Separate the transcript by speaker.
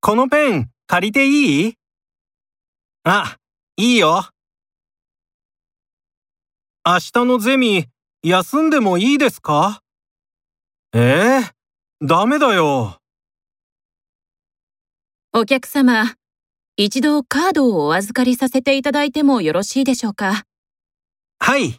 Speaker 1: このペン借りていいあ、いいよ。明日のゼミ休んでもいいですかええダメだよ。
Speaker 2: お客様、一度カードをお預かりさせていただいてもよろしいでしょうか
Speaker 1: はい。